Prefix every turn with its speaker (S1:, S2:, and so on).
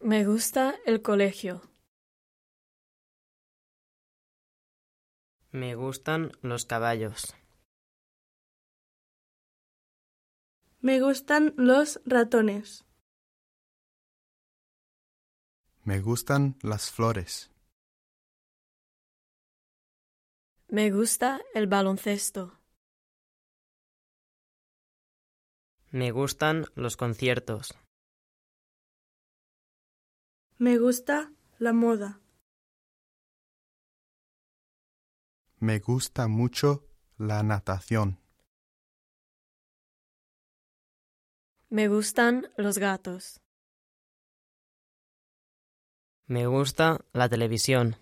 S1: Me gusta el colegio.
S2: Me gustan los caballos.
S3: Me gustan los ratones.
S4: Me gustan las flores.
S1: Me gusta el baloncesto.
S2: Me gustan los conciertos.
S3: Me gusta la moda.
S4: Me gusta mucho la natación.
S1: Me gustan los gatos.
S2: Me gusta la televisión.